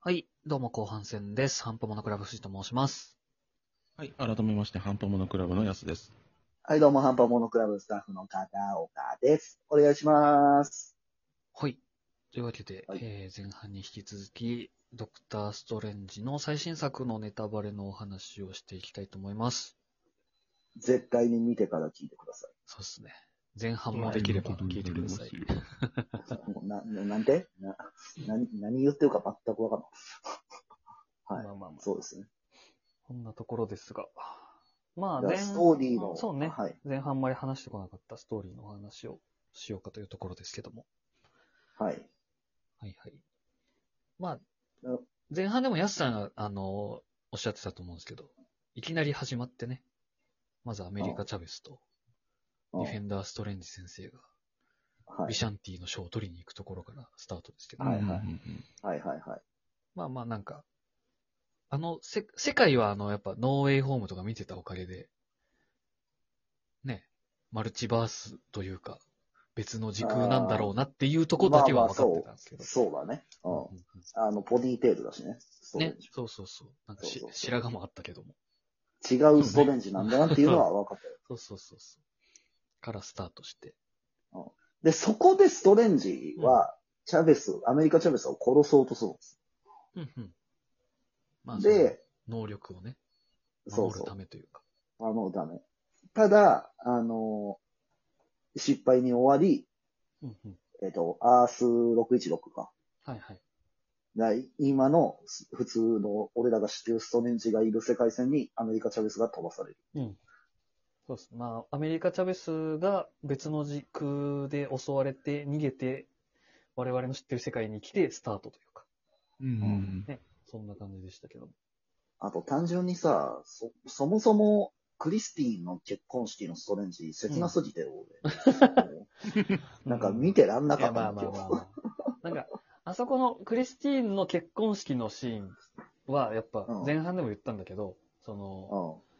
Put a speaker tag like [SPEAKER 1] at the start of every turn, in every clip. [SPEAKER 1] はい、どうも後半戦です。ハンパモノクラブ藤井と申します。
[SPEAKER 2] はい、改めまして、ハンパモノクラブのやすです。
[SPEAKER 3] はい、どうも、ハンパモノクラブスタッフの片岡です。お願いします。
[SPEAKER 1] はい。というわけで、
[SPEAKER 3] はい
[SPEAKER 1] えー前半に引き続き、ドクター・ストレンジの最新作のネタバレのお話をしていきたいと思います。
[SPEAKER 3] 絶対に見てから聞いてくださ
[SPEAKER 1] そうですね。前半もできれば聞いてください。
[SPEAKER 3] い。もうなななんてなな何言ってるか全くわかんない。はい、
[SPEAKER 1] あまあま
[SPEAKER 3] そうですね。
[SPEAKER 1] こんなところですが。まあ、
[SPEAKER 3] じゃあ
[SPEAKER 1] 前
[SPEAKER 3] ストーリーの、
[SPEAKER 1] そうね。
[SPEAKER 3] はい、
[SPEAKER 1] 前半あまり話してこなかったストーリーのお話をしようかというところですけども。
[SPEAKER 3] はい、
[SPEAKER 1] はいはい。まあ
[SPEAKER 3] あ、
[SPEAKER 1] 前半でもヤスさんが、あの、おっしゃってたと思うんですけど、いきなり始まってね、まずアメリカ・チャベスと、
[SPEAKER 3] うん
[SPEAKER 1] ディフェンダー・ストレンジ先生が、
[SPEAKER 3] は
[SPEAKER 1] ビ
[SPEAKER 3] い、
[SPEAKER 1] シャンティの賞を取りに行くところからスタートですけど、
[SPEAKER 3] はいはい
[SPEAKER 2] い。
[SPEAKER 3] はい、はい、はい。
[SPEAKER 1] まあまあなんか、あの、せ、世界はあの、やっぱノーウェイホームとか見てたおかげで、ね、マルチバースというか、別の時空なんだろうなっていうとこだけは分かってたんですけど。
[SPEAKER 3] そうだね。う
[SPEAKER 1] うん
[SPEAKER 3] ん。
[SPEAKER 1] うんうん
[SPEAKER 3] あの、ボディーテールだしね。そう
[SPEAKER 1] ね、そうそうそう。なんかし
[SPEAKER 3] そうそうそう
[SPEAKER 1] 白髪もあったけども。
[SPEAKER 3] 違うストレンジなんだなっていうのは分かったよ。
[SPEAKER 1] そうそうそうそう。からスタートして。
[SPEAKER 3] で、そこでストレンジは、チャベス、アメリカチャベスを殺そうとするんです。
[SPEAKER 1] うんうん。まあ、
[SPEAKER 3] で、
[SPEAKER 1] その能力をね、
[SPEAKER 3] そう
[SPEAKER 1] 守
[SPEAKER 3] そ
[SPEAKER 1] る
[SPEAKER 3] う
[SPEAKER 1] た。めというか。
[SPEAKER 3] あの、ダメ。ただ、あの、失敗に終わり、
[SPEAKER 1] うんうん。
[SPEAKER 3] えっ、と、アース616か。
[SPEAKER 1] はいはい。
[SPEAKER 3] な今のす普通の俺らが知ってるストレンジがいる世界線にアメリカ・チャベスが飛ばされる。
[SPEAKER 1] うん。そうです。まあ、アメリカ・チャベスが別の時空で襲われて、逃げて、我々の知ってる世界に来てスタートというか、
[SPEAKER 2] うん。
[SPEAKER 1] ね、そんな感じでしたけども。
[SPEAKER 3] あと単純にさ、そ、そもそもクリスティの結婚式のストレンジ、切なすぎて俺。 なんか見てらんないか
[SPEAKER 1] や
[SPEAKER 3] っ
[SPEAKER 1] ま
[SPEAKER 3] た
[SPEAKER 1] あ
[SPEAKER 3] ん
[SPEAKER 1] ま
[SPEAKER 3] だ
[SPEAKER 1] あ
[SPEAKER 3] け
[SPEAKER 1] まあ
[SPEAKER 3] ど。
[SPEAKER 1] まあ。なんか、あそこのクリスティーンの結婚式のシーンは、やっぱ
[SPEAKER 3] うん
[SPEAKER 1] 前半でも言ったんだけど、その、
[SPEAKER 3] うん。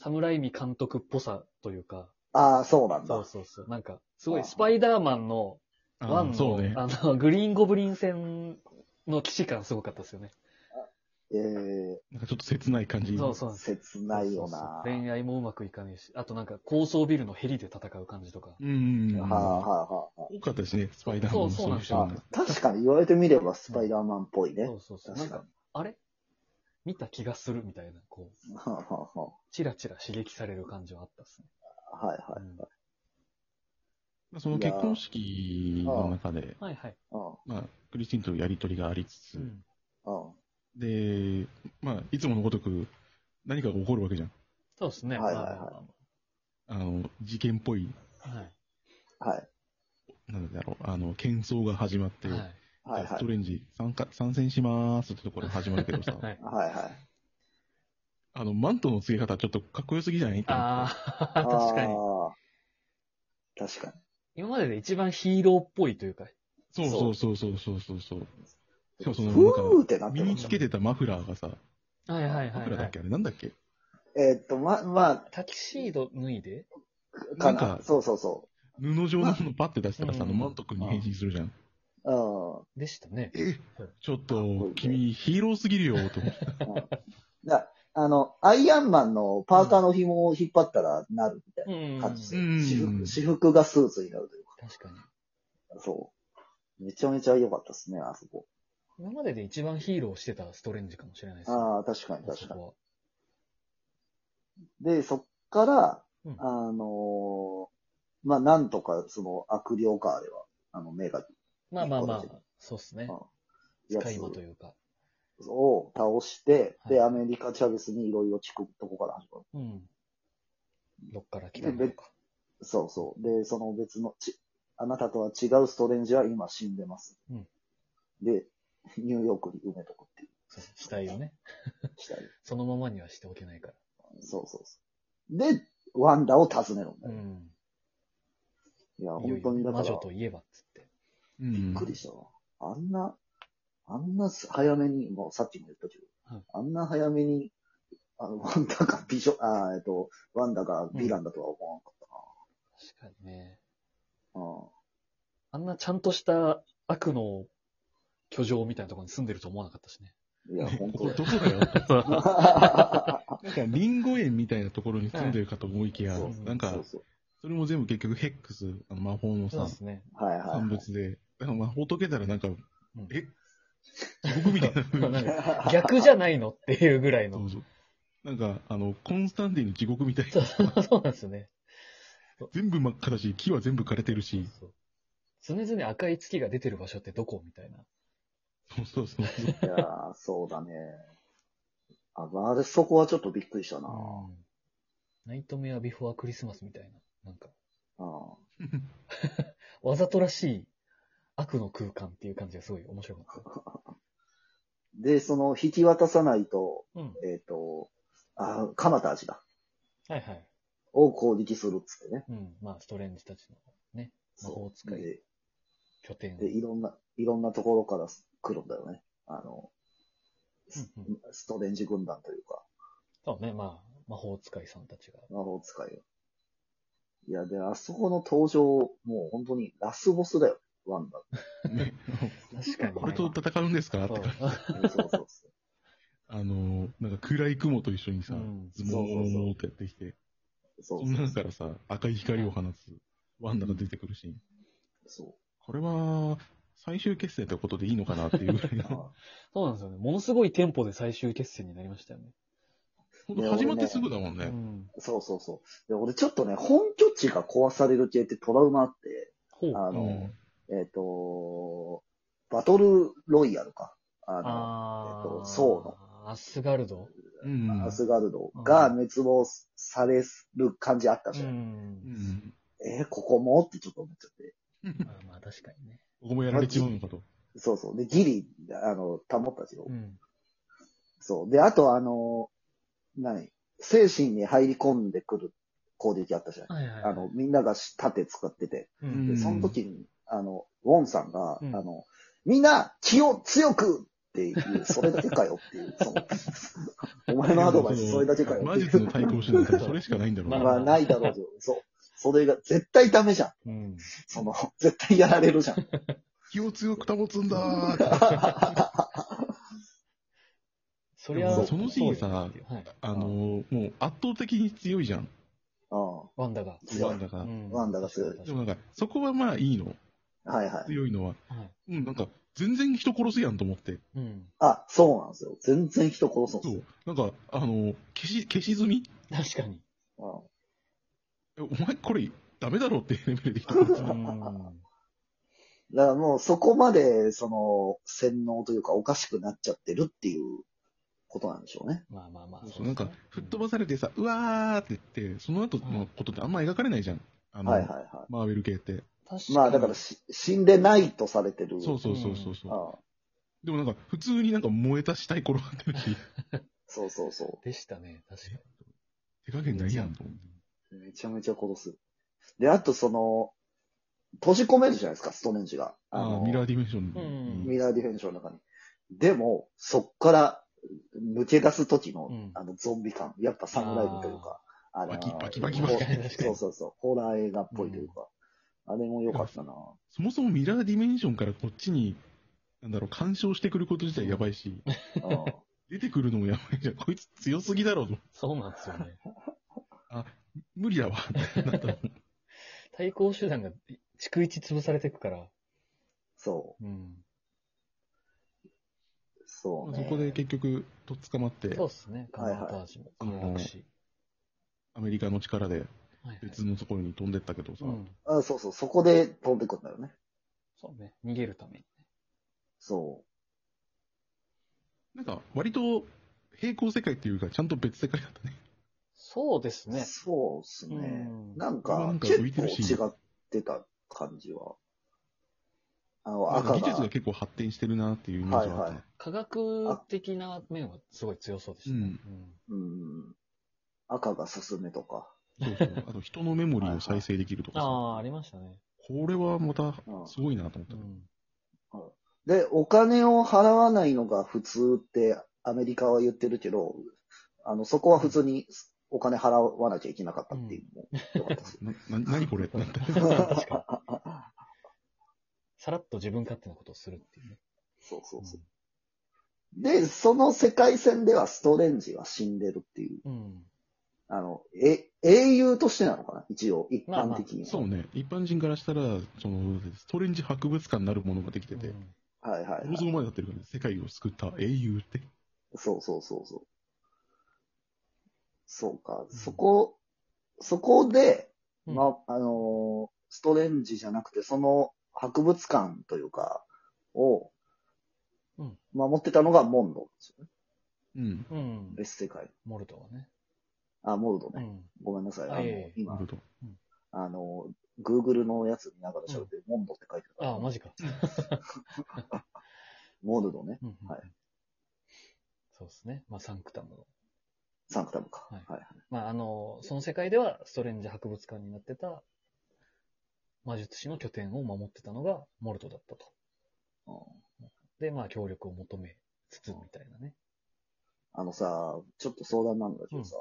[SPEAKER 1] サムライミ監督っぽさというか、
[SPEAKER 3] ああ、そうなん
[SPEAKER 1] そう
[SPEAKER 3] だ。
[SPEAKER 1] そうそう、なんか、すご
[SPEAKER 3] う
[SPEAKER 1] い
[SPEAKER 3] ん
[SPEAKER 1] スパイダーマンのワン
[SPEAKER 2] あそうね
[SPEAKER 1] の、。あの、グリーンゴブリン戦の騎士感すごかったですよね。
[SPEAKER 3] え
[SPEAKER 2] なんかちょっと切ない感じ。
[SPEAKER 1] そうそう
[SPEAKER 3] ー、。切ない
[SPEAKER 1] そ
[SPEAKER 3] よな。
[SPEAKER 1] うそうそう恋愛もうまくいかねえし、あとなんか高層ビルのヘリで戦う感じとか。
[SPEAKER 2] うん。
[SPEAKER 3] は
[SPEAKER 2] 多
[SPEAKER 3] あ、はあはあは
[SPEAKER 2] かったですね、スパイダーマンの
[SPEAKER 1] そうそうなんです
[SPEAKER 3] あ
[SPEAKER 1] よ
[SPEAKER 2] そういう
[SPEAKER 3] あ、確かに言われてみればスパイダーマンっぽいね。
[SPEAKER 1] そうそうそう。なん
[SPEAKER 3] 確か
[SPEAKER 1] か、あれ見た気がするみたいな、こう、
[SPEAKER 3] に。はあはあは
[SPEAKER 1] チラチラ刺激される感じはあったですね。
[SPEAKER 3] あはいはい。
[SPEAKER 1] うん
[SPEAKER 2] のその結婚式の中で、
[SPEAKER 1] はいはい。
[SPEAKER 3] うん
[SPEAKER 2] まあ、クリスティンとやりとりがありつつ、
[SPEAKER 1] うん。
[SPEAKER 3] うん
[SPEAKER 2] で、まあ、いつものごとく何かが起こるわけじゃん。
[SPEAKER 1] そうですね。
[SPEAKER 3] はいはいはい
[SPEAKER 1] まあま
[SPEAKER 2] あの、事件っぽい、
[SPEAKER 1] あまあはい。
[SPEAKER 3] はい。
[SPEAKER 2] なんだろう、あの、喧騒が始まって、
[SPEAKER 1] はい。
[SPEAKER 3] はいは
[SPEAKER 2] スト
[SPEAKER 3] い。
[SPEAKER 2] レンジ参加、参戦しまーすってところ始まるけどさ、
[SPEAKER 1] はい
[SPEAKER 3] はいはい。
[SPEAKER 2] あの、マントの付け方ちょっとかっこよすぎじゃないって思って
[SPEAKER 1] ああ、 確かに。
[SPEAKER 3] あー。確か
[SPEAKER 1] 今までで一番ヒーローっぽいというか、
[SPEAKER 2] そうそうそうそうそうそうそう。しかもそ
[SPEAKER 3] に。
[SPEAKER 2] の、
[SPEAKER 3] ふ
[SPEAKER 2] な
[SPEAKER 3] ー
[SPEAKER 2] ん
[SPEAKER 3] っ
[SPEAKER 2] か、
[SPEAKER 3] てなって
[SPEAKER 2] 身に
[SPEAKER 3] ま
[SPEAKER 2] つ
[SPEAKER 3] す。
[SPEAKER 2] けてたマフラーがさ、
[SPEAKER 1] はいはい
[SPEAKER 2] マ
[SPEAKER 1] はい、
[SPEAKER 2] フラーだ
[SPEAKER 1] は
[SPEAKER 2] っ
[SPEAKER 1] い
[SPEAKER 2] け。あれなんだっけ
[SPEAKER 3] えーっと、ま、ま
[SPEAKER 1] タキシード脱いで
[SPEAKER 3] あ、か
[SPEAKER 2] なん
[SPEAKER 3] な
[SPEAKER 2] か。
[SPEAKER 3] そうそうそ
[SPEAKER 2] 布状のものパッて出したらさ、あ
[SPEAKER 1] うん
[SPEAKER 2] の、マント君に変身するじゃん。
[SPEAKER 3] う。うん。
[SPEAKER 1] でしたね。。
[SPEAKER 2] ちょっと、君、ヒーローすぎるよ、と思って。
[SPEAKER 3] だあの、アイアンマンのパーカーの紐を引っ張ったらなるみたいうなん感
[SPEAKER 1] 確
[SPEAKER 3] じ
[SPEAKER 1] か
[SPEAKER 3] で。
[SPEAKER 2] うん
[SPEAKER 3] 私服私服がスーツになるという
[SPEAKER 1] に。
[SPEAKER 3] か。そう。めちゃめちゃ良かったですね、あそこ。
[SPEAKER 1] 今までで一番ヒーローしてたストレンジかもしれないですね。
[SPEAKER 3] ああ、確かに
[SPEAKER 1] あ
[SPEAKER 3] 確
[SPEAKER 1] そ
[SPEAKER 3] かに。
[SPEAKER 1] こ
[SPEAKER 3] で、そっから、
[SPEAKER 1] うん
[SPEAKER 3] あのーまあ、なんとか、その、悪霊か、あれは、あの、目が、
[SPEAKER 1] は。まあまあまあ
[SPEAKER 3] 一個だ、
[SPEAKER 1] そうっすね
[SPEAKER 3] あ。や
[SPEAKER 1] 使
[SPEAKER 3] つ
[SPEAKER 1] い魔というか。
[SPEAKER 3] を倒して、で、
[SPEAKER 1] はい
[SPEAKER 3] アメリカ・チャベスにいろいろ聞くとこから始まる。
[SPEAKER 1] うん。どっから来たのか。
[SPEAKER 3] そうそう。で、その別のち、あなたとは違うストレンジは今死んでます。
[SPEAKER 1] うん
[SPEAKER 3] で、ニューヨークに埋めとくっていう
[SPEAKER 1] そう死体をね。
[SPEAKER 3] したり。
[SPEAKER 1] そのままにはしておけないか
[SPEAKER 3] そうそうそう。で、ワンダを訪ねるんだ
[SPEAKER 1] ら。う
[SPEAKER 3] よ。
[SPEAKER 1] ん。
[SPEAKER 3] いや、
[SPEAKER 1] いよい
[SPEAKER 3] 本
[SPEAKER 1] よ
[SPEAKER 3] 当にだか
[SPEAKER 1] 魔
[SPEAKER 3] ら、
[SPEAKER 1] 女といえばっつって。
[SPEAKER 2] うん
[SPEAKER 3] びっくりしたわ。あんな、あんな早めに、もうさっきも言ったけど、
[SPEAKER 1] はい
[SPEAKER 3] あんな早めに、あの、ワンダが美女、あーえっと、ワンダがヴィランだとは思わなかっ
[SPEAKER 1] 確かにね。
[SPEAKER 3] たな。うん
[SPEAKER 1] あんなちゃんとした悪の居城みたいなところに住んでると思わなかったしね。
[SPEAKER 3] いや、本当
[SPEAKER 2] ここ
[SPEAKER 3] だよ
[SPEAKER 2] どこだよ。
[SPEAKER 3] そ
[SPEAKER 2] なんか、リンゴ園みたいなところに住んでるかと思いきや、
[SPEAKER 3] はい
[SPEAKER 2] なんか
[SPEAKER 3] う、そ
[SPEAKER 2] それも全部結局ヘックス、あの魔法の
[SPEAKER 1] そう
[SPEAKER 2] さ
[SPEAKER 1] で、すね。
[SPEAKER 3] う。はいはい
[SPEAKER 2] 産物で、だから魔法解けたらなんか、
[SPEAKER 1] ん
[SPEAKER 2] え地獄みたいな。
[SPEAKER 1] なんか
[SPEAKER 3] はい。
[SPEAKER 1] 逆じゃないのっていうぐらい
[SPEAKER 2] そ
[SPEAKER 1] の
[SPEAKER 2] う。そうなんか、あの、コンスタンティンの地獄みたい
[SPEAKER 1] そう そうそうなんですよね。
[SPEAKER 2] 全部真っ赤だし、木は全部枯れてるし。
[SPEAKER 1] そう常々赤い月が出てる場所ってどこみたいな。
[SPEAKER 2] そうそうそうそう。
[SPEAKER 3] いやーそうだね。あ、まあ、そこはちょっとびっくりしたな。
[SPEAKER 1] うんナイトメアビフォアクリスマスみたいな。なんか、
[SPEAKER 3] うん
[SPEAKER 1] わざとらしい悪の空間っていう感じがすごい面白かった。
[SPEAKER 3] で、その、引き渡さないと、
[SPEAKER 1] うん。
[SPEAKER 3] えっ、と、あ、鎌田味だ。
[SPEAKER 1] はいはい。
[SPEAKER 3] を攻撃するっつってね。
[SPEAKER 1] うん。まあ、ストレンジたちのね、魔法使い
[SPEAKER 3] で
[SPEAKER 1] 拠点を。
[SPEAKER 3] で、いろんな、いろんなところから来るんだよね。あの、
[SPEAKER 1] うんうん
[SPEAKER 3] ストレンジ軍団というか、
[SPEAKER 1] そうね、まあ、魔法使いさんたちが。
[SPEAKER 3] 魔法使いを。いや、で、あそこの登場、もう本当にラスボスだよ、ワンダ。
[SPEAKER 2] ね
[SPEAKER 1] 確かに、ね。
[SPEAKER 2] これと戦うんですかって
[SPEAKER 1] そう
[SPEAKER 2] 感じ。
[SPEAKER 3] そうそうそ
[SPEAKER 2] あの、なんか暗い雲と一緒にさ
[SPEAKER 1] うん、
[SPEAKER 2] ズボーンってやってきて、
[SPEAKER 3] う。そ
[SPEAKER 2] そう
[SPEAKER 3] そ
[SPEAKER 2] んな
[SPEAKER 3] う
[SPEAKER 2] 中からさ、赤い光を放つワンダが出てくるシーン。
[SPEAKER 3] そ。
[SPEAKER 2] これは、最終決戦ってことでいいのかなっていうぐらいう の。
[SPEAKER 3] あ
[SPEAKER 1] そうなんですよね。ものすごいテンポで最終決戦になりましたよね。
[SPEAKER 2] ほんと始まってすぐだもん
[SPEAKER 1] う
[SPEAKER 2] ね。
[SPEAKER 1] ん。
[SPEAKER 3] そうそうそう。で、俺ちょっとね、本拠地が壊される系ってトラウマあって、
[SPEAKER 1] ほう。
[SPEAKER 3] あ
[SPEAKER 2] う
[SPEAKER 3] の
[SPEAKER 2] ん、
[SPEAKER 3] えっ、と、バトルロイヤルか。あの、
[SPEAKER 1] あ
[SPEAKER 3] えっとソー
[SPEAKER 1] アスガルド。。
[SPEAKER 2] うん
[SPEAKER 3] アスガルドが滅亡される感じあったじゃん。
[SPEAKER 2] うんん
[SPEAKER 3] えーここもってちょっと思っちゃって。
[SPEAKER 1] まあまあ、確かにね。
[SPEAKER 2] ここもやられちまうのかと。
[SPEAKER 3] そうそう。で、ギリ、あの、保ったしよ、
[SPEAKER 1] うん。
[SPEAKER 3] そう。で、あと、あの、何精神に入り込んでくる攻撃あったじゃん。
[SPEAKER 1] はいはい。
[SPEAKER 3] あの、、みんなが盾使ってて。
[SPEAKER 1] う
[SPEAKER 3] で、
[SPEAKER 1] ん。
[SPEAKER 3] その時に、あの、ウォンさんが、
[SPEAKER 1] うん
[SPEAKER 3] あの、みんな気を強くっていう、それだけかよっ ていう、その、お前のアドバイスそれだけかよっ
[SPEAKER 2] 魔
[SPEAKER 3] ていう
[SPEAKER 2] 術。の対抗手段ってそれしかないんだろう
[SPEAKER 1] まあ
[SPEAKER 3] まあ、ないだろうけど、そう。それが絶対ダメじゃん。
[SPEAKER 1] うん。
[SPEAKER 3] その、絶対やられるじゃん。
[SPEAKER 2] 気を強く保つんだー
[SPEAKER 1] そりゃ、
[SPEAKER 3] そ
[SPEAKER 2] のシーンさ
[SPEAKER 1] そうですよはい。
[SPEAKER 2] あのーもう圧倒的に強いじゃん。
[SPEAKER 3] うん。
[SPEAKER 1] ワンダが。
[SPEAKER 3] 強い
[SPEAKER 2] ワンダが。
[SPEAKER 1] ん
[SPEAKER 3] ワンダが強い
[SPEAKER 1] 確
[SPEAKER 2] で
[SPEAKER 1] か
[SPEAKER 2] も
[SPEAKER 1] に
[SPEAKER 2] なんか、そこはまあいいの。
[SPEAKER 3] はいはい。
[SPEAKER 2] 強いのは。
[SPEAKER 1] はい。
[SPEAKER 2] うん、なんか、全然人殺すやんと思って。
[SPEAKER 1] うん。
[SPEAKER 3] あ、そうなんですよ。全然人殺すんで
[SPEAKER 2] そ
[SPEAKER 3] す
[SPEAKER 2] う。なんか、あのー消し、消し済み
[SPEAKER 1] 確かに。
[SPEAKER 3] よ。
[SPEAKER 2] えお前これ、ダメだろっていうレベルで来た。
[SPEAKER 1] うん。
[SPEAKER 3] うん。だからもうそこまで、その、洗脳というかおかしくなっちゃってるっていうことなんでしょうね。
[SPEAKER 1] まあまあまあ。
[SPEAKER 2] そうなんか、吹っ飛ばされてさ、うわーって言って、その後のことってあんま描かれないじゃん。あの、
[SPEAKER 3] はいはいは
[SPEAKER 2] マーベル系って。
[SPEAKER 1] 確
[SPEAKER 3] い。まあだからし死んでないとされてる。
[SPEAKER 2] そうそうそうそうそう。
[SPEAKER 3] ああ
[SPEAKER 2] でもなんか、普通になんか燃えた死体転がってるし、
[SPEAKER 3] そうそうそ
[SPEAKER 1] でしたね、確かに。
[SPEAKER 2] 手加減ないやんと思って。
[SPEAKER 3] う。めちゃめちゃ殺す。で、あとその、閉じ込めるじゃないですか、ストレンジが。
[SPEAKER 2] ああ
[SPEAKER 3] の
[SPEAKER 2] ー、ミラーディメンション。
[SPEAKER 1] うん
[SPEAKER 3] ミラーディフェンションの中に。でも、そっから抜け出す時の、
[SPEAKER 1] うん
[SPEAKER 3] あの、ゾンビ感。やっぱ侍というか、あの
[SPEAKER 2] バキバキバキバキ
[SPEAKER 3] こうそうそうそう。ホラー映画っぽいというか。あれも良かったな。
[SPEAKER 2] そもそもミラーディメンションからこっちに、なんだろう、干渉してくること自体やばいし、
[SPEAKER 3] うん
[SPEAKER 2] 出てくるのもやばいじゃん。こいつ強すぎだろうと。
[SPEAKER 1] そうなんですよね。
[SPEAKER 2] 無理だわ。なったの
[SPEAKER 1] 対抗手段が逐一潰されていくから。
[SPEAKER 3] そ
[SPEAKER 1] うん。
[SPEAKER 3] う。そう、
[SPEAKER 2] そ
[SPEAKER 3] ね。
[SPEAKER 2] こで結局、とっ捕まって
[SPEAKER 1] そ、うですね。カ
[SPEAKER 3] はい
[SPEAKER 1] ナ
[SPEAKER 3] はい
[SPEAKER 1] ダージも陥落し。
[SPEAKER 2] アメリカの力で
[SPEAKER 1] はいはい
[SPEAKER 2] 別のところに飛んでったけどさ
[SPEAKER 1] う、ん。
[SPEAKER 3] あそうそう。そこで飛んでくんだよね。
[SPEAKER 1] そうね。逃げるために。
[SPEAKER 3] そ
[SPEAKER 2] なんか割と平行世界っていうか、ちゃんと別世界だったね。
[SPEAKER 1] そうです
[SPEAKER 3] う。
[SPEAKER 1] ね。
[SPEAKER 3] そうっすね。
[SPEAKER 1] うん
[SPEAKER 3] なん
[SPEAKER 2] な
[SPEAKER 3] か
[SPEAKER 2] ん、か
[SPEAKER 3] 結
[SPEAKER 2] 浮いて
[SPEAKER 3] 構
[SPEAKER 2] るし
[SPEAKER 3] 違ってた感じは。あの、
[SPEAKER 2] なんか技
[SPEAKER 3] 赤
[SPEAKER 2] 術が
[SPEAKER 3] が。
[SPEAKER 2] 結構発展してるなっていうイメージはあったね。
[SPEAKER 1] 科学的な面はすごい強そうでしたね。
[SPEAKER 2] う
[SPEAKER 3] うん。赤がすすめとか。
[SPEAKER 2] そうそう。あと人のメモリーを再生できるとか
[SPEAKER 1] あ
[SPEAKER 2] さ、
[SPEAKER 1] あ、ありましたね。
[SPEAKER 2] これはまた
[SPEAKER 3] うん
[SPEAKER 2] すごいなと思った
[SPEAKER 1] う
[SPEAKER 2] ね。
[SPEAKER 1] ん。
[SPEAKER 3] で、お金を払わないのが普通ってアメリカは言ってるけど、あの、そこは普通にお金払わなきゃいけなかったっていうのも良かったです。
[SPEAKER 2] な、な、何 これってなった。
[SPEAKER 1] 確かに。さらっと自分勝手なことをするっていうね。
[SPEAKER 3] そうそうそう。で、その世界線ではストレンジは死んでるっていう。
[SPEAKER 1] うん。
[SPEAKER 3] あの、え、英雄としてなのかな一応、一般的には。
[SPEAKER 2] そうね。一般人からしたら、その、ストレンジ博物館になるものができてて、
[SPEAKER 3] はいはい、は
[SPEAKER 2] 放送
[SPEAKER 3] い。
[SPEAKER 2] 前になってるからね、世界を救った英雄って。
[SPEAKER 3] そうそうそうそう。そうか。
[SPEAKER 1] うん
[SPEAKER 3] そこ、そこで、
[SPEAKER 1] うん
[SPEAKER 3] ま、あのーストレンジじゃなくて、その博物館というか、を
[SPEAKER 1] うん、
[SPEAKER 3] 守ってたのがモンドですよね。
[SPEAKER 2] うん。
[SPEAKER 1] うん。
[SPEAKER 3] 別世界。
[SPEAKER 1] モルトはね。
[SPEAKER 3] あ、モルド
[SPEAKER 1] う
[SPEAKER 3] ね。
[SPEAKER 1] ん。
[SPEAKER 3] ごめんなさい。あの
[SPEAKER 1] あいえいえ、
[SPEAKER 2] な
[SPEAKER 3] 今
[SPEAKER 2] る、ほど。
[SPEAKER 3] あの、Google のやつ見ながら喋って、モンドって書いてたから。
[SPEAKER 1] ああ、マジか。
[SPEAKER 3] モルドね。
[SPEAKER 1] うんうん
[SPEAKER 3] はい。
[SPEAKER 1] そうですね。まあ、サンクタムの。
[SPEAKER 3] サンクタムか。
[SPEAKER 1] は
[SPEAKER 3] はいい。はい、
[SPEAKER 1] まあ、あの、その世界ではストレンジ博物館になってた魔術師の拠点を守ってたのがモルトだったと。
[SPEAKER 3] うん
[SPEAKER 1] で、まあ、協力を求めつつみたいなね。
[SPEAKER 3] あのさ、ちょっと相談なんだけどさ、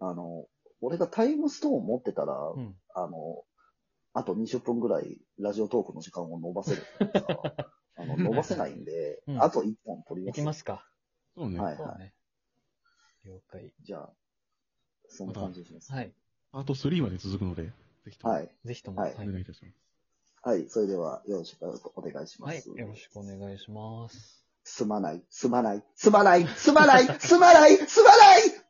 [SPEAKER 3] あの、俺がタイムストーン持ってたら、
[SPEAKER 1] うん。
[SPEAKER 3] あの、あと20分ぐらいラジオトークの時間を伸ばせるんだけどさ、 あの、伸ばせないんで、
[SPEAKER 1] うん
[SPEAKER 3] あと1本取り
[SPEAKER 1] い
[SPEAKER 3] ます。
[SPEAKER 1] きますか。
[SPEAKER 2] そうね。
[SPEAKER 3] はい
[SPEAKER 1] そう
[SPEAKER 3] は
[SPEAKER 1] ね。了解。
[SPEAKER 3] い。じゃあ、そんな感じにします。
[SPEAKER 1] はい。
[SPEAKER 2] パート3まで続くので、ぜひとも
[SPEAKER 3] はい。
[SPEAKER 1] ぜひとも、
[SPEAKER 3] はい
[SPEAKER 2] お願いいたします。
[SPEAKER 3] はい。それでは、よろしくお願いしま
[SPEAKER 1] はい
[SPEAKER 3] す。
[SPEAKER 1] よろしくお願いします。
[SPEAKER 3] すまない、すまない、すまない、すまない、すまない、すまない